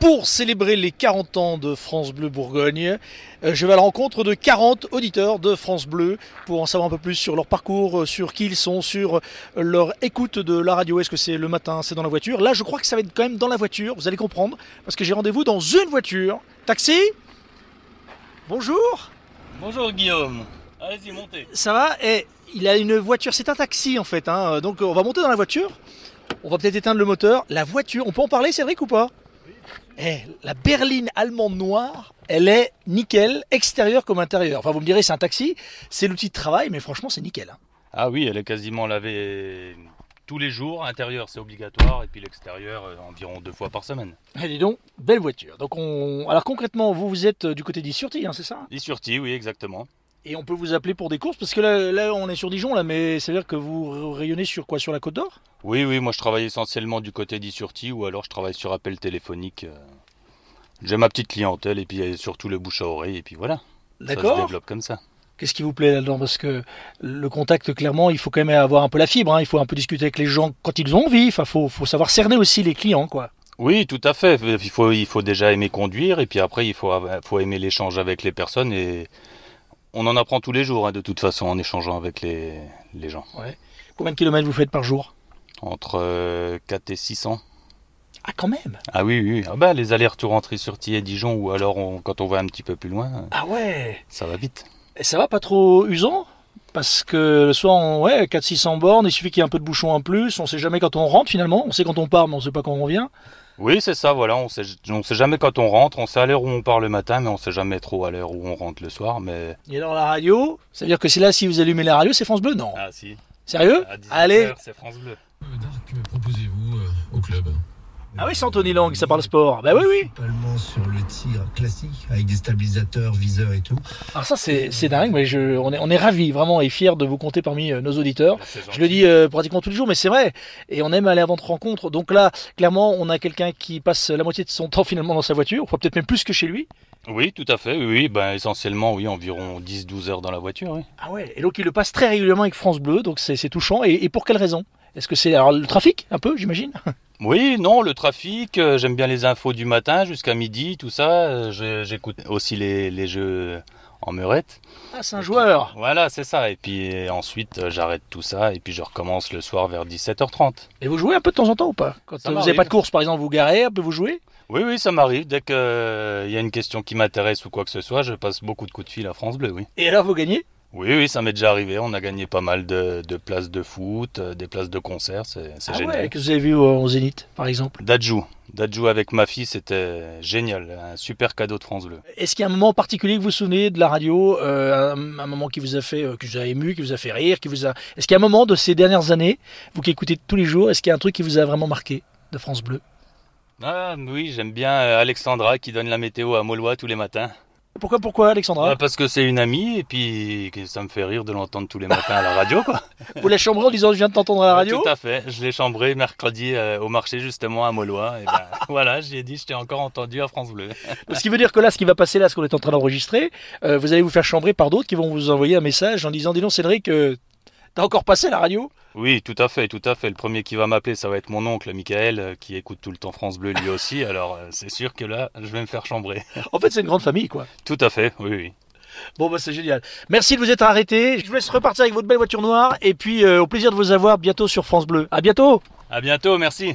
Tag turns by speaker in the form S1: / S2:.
S1: pour célébrer les 40 ans de France Bleu Bourgogne. Euh, Je vais à la rencontre de 40 auditeurs de France Bleu pour en savoir un peu plus sur leur parcours, euh, sur qui ils sont, sur euh, leur écoute de la radio. Est-ce que c'est le matin, c'est dans la voiture Là, je crois que ça va être quand même dans la voiture, vous allez comprendre, parce que j'ai rendez-vous dans une voiture. Taxi Bonjour
S2: Bonjour Guillaume. Allez-y, montez.
S1: Ça va Eh, il a une voiture, c'est un taxi en fait. hein. Donc on va monter dans la voiture. On va peut-être éteindre le moteur. La voiture, on peut en parler Cédric ou pas Eh, la berline allemande noire, elle est nickel, extérieure comme intérieure. Enfin vous me direz c'est un taxi, c'est l'outil de travail, mais franchement c'est nickel. hein.
S2: Ah oui, elle est quasiment lavée tous les jours. Intérieur, c'est obligatoire. Et puis l'extérieur, euh, environ deux fois par semaine.
S1: Eh, dis donc, belle voiture. Donc on... Alors concrètement, vous vous êtes euh, du côté d'Issurti, hein, c'est ça
S2: Et surti, oui, exactement.
S1: Et on peut vous appeler pour des courses, parce que là, là, on est sur Dijon, là, mais ça veut dire que vous rayonnez sur quoi Sur la Côte d'Or
S2: Oui, oui, moi je travaille essentiellement du côté d'Issurti ou alors je travaille sur appel téléphonique. euh. J'ai ma petite clientèle et puis euh, surtout le bouche à oreille. Et puis voilà, ça se
S1: D'accord.
S2: développe comme ça.
S1: Qu'est-ce qui vous plaît là-dedans Parce que le contact, clairement, il faut quand même avoir un peu la fibre. hein. Il faut un peu discuter avec les gens quand ils ont envie. Enfin, faut, faut savoir cerner aussi les clients, quoi.
S2: Oui, tout à fait. Il faut, il faut déjà aimer conduire et puis après, il faut, av- faut aimer l'échange avec les personnes. Et on en apprend tous les jours, hein, de toute façon, en échangeant avec les, les gens.
S1: Combien de kilomètres vous faites par jour
S2: Entre euh, 4 et 600.
S1: Ah, quand même
S2: Ah oui, oui. Ah bah, les allers-retours entre Issurti et Dijon, ou alors on- quand on va un petit peu plus loin, euh,
S1: Ah ouais
S2: ça va vite.
S1: Et ça va pas trop usant Parce que le soir, on, ouais, 400-600 bornes, il suffit qu'il y ait un peu de bouchon en plus. On sait jamais quand on rentre, finalement. On sait quand on part, mais on sait pas quand on revient.
S2: Oui, c'est ça, voilà. On sait, on sait jamais quand on rentre. On sait à l'heure où on part le matin, mais on sait jamais trop à l'heure où on rentre le soir. Mais...
S1: Et alors, la radio Ça veut dire que c'est là, si vous allumez la radio, c'est France Bleu Non.
S2: Ah si,
S1: Sérieux Euh, Allez
S2: c'est France Bleu.
S3: Euh, Dark, que proposez-vous euh, au club
S1: Ah oui, c'est Anthony Lang, ça parle sport. Bah oui, oui
S3: Principalement sur le tir classique, avec des stabilisateurs, viseurs et tout.
S1: Alors Ah, ça c'est c'est dingue, mais je, on, est, on est ravis vraiment et fiers de vous compter parmi euh, nos auditeurs. Je le dis euh, pratiquement tous les jours, mais c'est vrai. Et on aime aller à votre rencontre. Donc là, clairement, on a quelqu'un qui passe la moitié de son temps finalement dans sa voiture, enfin peut-être même plus que chez lui.
S2: Oui, tout à fait. Oui, oui, ben, essentiellement, oui, environ 10-12 heures dans la voiture. Oui.
S1: Ah ouais, et donc il le passe très régulièrement avec France Bleu, donc c'est c'est touchant. Et, et pour quelle raison Est-ce que c'est alors le trafic, un peu, j'imagine
S2: Oui, non, le trafic, euh, j'aime bien les infos du matin jusqu'à midi, tout ça. Euh, je- J'écoute aussi les, les jeux en meurette.
S1: Ah, c'est un joueur
S2: Voilà, c'est ça. Et puis euh, ensuite, euh, j'arrête tout ça et puis je recommence le soir vers 17h30.
S1: Et vous jouez un peu de temps en temps ou pas Quand
S2: Ça
S1: euh, vous n'avez
S2: m'arrive.
S1: pas de course, par exemple, vous garez, un peu vous jouez
S2: Oui, oui, ça m'arrive. Dès qu'il y a une question qui m'intéresse ou quoi que ce soit, je passe beaucoup de coups de fil à France Bleu, oui.
S1: Et alors vous gagnez
S2: Oui, oui, ça m'est déjà arrivé. On a gagné pas mal de, de places de foot, euh, des places de concert. C'est c'est
S1: Ah
S2: génial.
S1: ouais, que vous avez vu au, au Zénith, par exemple
S2: Dadju. Dadju avec ma fille, c'était génial. Un super cadeau de France Bleu.
S1: Est-ce qu'il y a un moment particulier que vous vous souvenez de la radio, euh, un, un moment qui vous a fait, euh, qui vous a ému, qui vous a fait rire, qui vous a. Est-ce qu'il y a un moment de ces dernières années, vous qui écoutez tous les jours, est-ce qu'il y a un truc qui vous a vraiment marqué de France Bleu
S2: Ah oui, j'aime bien euh, Alexandra qui donne la météo à Maulois tous les matins.
S1: Pourquoi, pourquoi,
S2: Ah,
S1: Alexandra
S2: parce que c'est une amie et puis que ça me fait rire de l'entendre tous les matins à la radio, quoi.
S1: Vous la chambrez en disant je viens de t'entendre à la radio
S2: Tout à fait. Je l'ai chambré mercredi euh, au marché justement à Maulois. Et ben, voilà, j'ai dit, je t'ai encore entendu à France Bleu.
S1: Ce qui veut dire que là, ce qui va passer là, ce qu'on est en train d'enregistrer, euh, vous allez vous faire chambrer par d'autres qui vont vous envoyer un message en disant dis donc Cédric, euh, t'as encore passé la radio
S2: Oui, tout à fait, tout à fait. Le premier qui va m'appeler, ça va être mon oncle, Michael, euh, qui écoute tout le temps France Bleu lui aussi. Alors euh, c'est sûr que là, je vais me faire chambrer.
S1: En fait, c'est une grande famille, quoi.
S2: Tout à fait, oui, oui.
S1: Bon, bah, c'est génial. Merci de vous être arrêté. Je vous laisse repartir avec votre belle voiture noire et puis euh, au plaisir de vous avoir bientôt sur France Bleu. À bientôt.
S2: À bientôt, merci.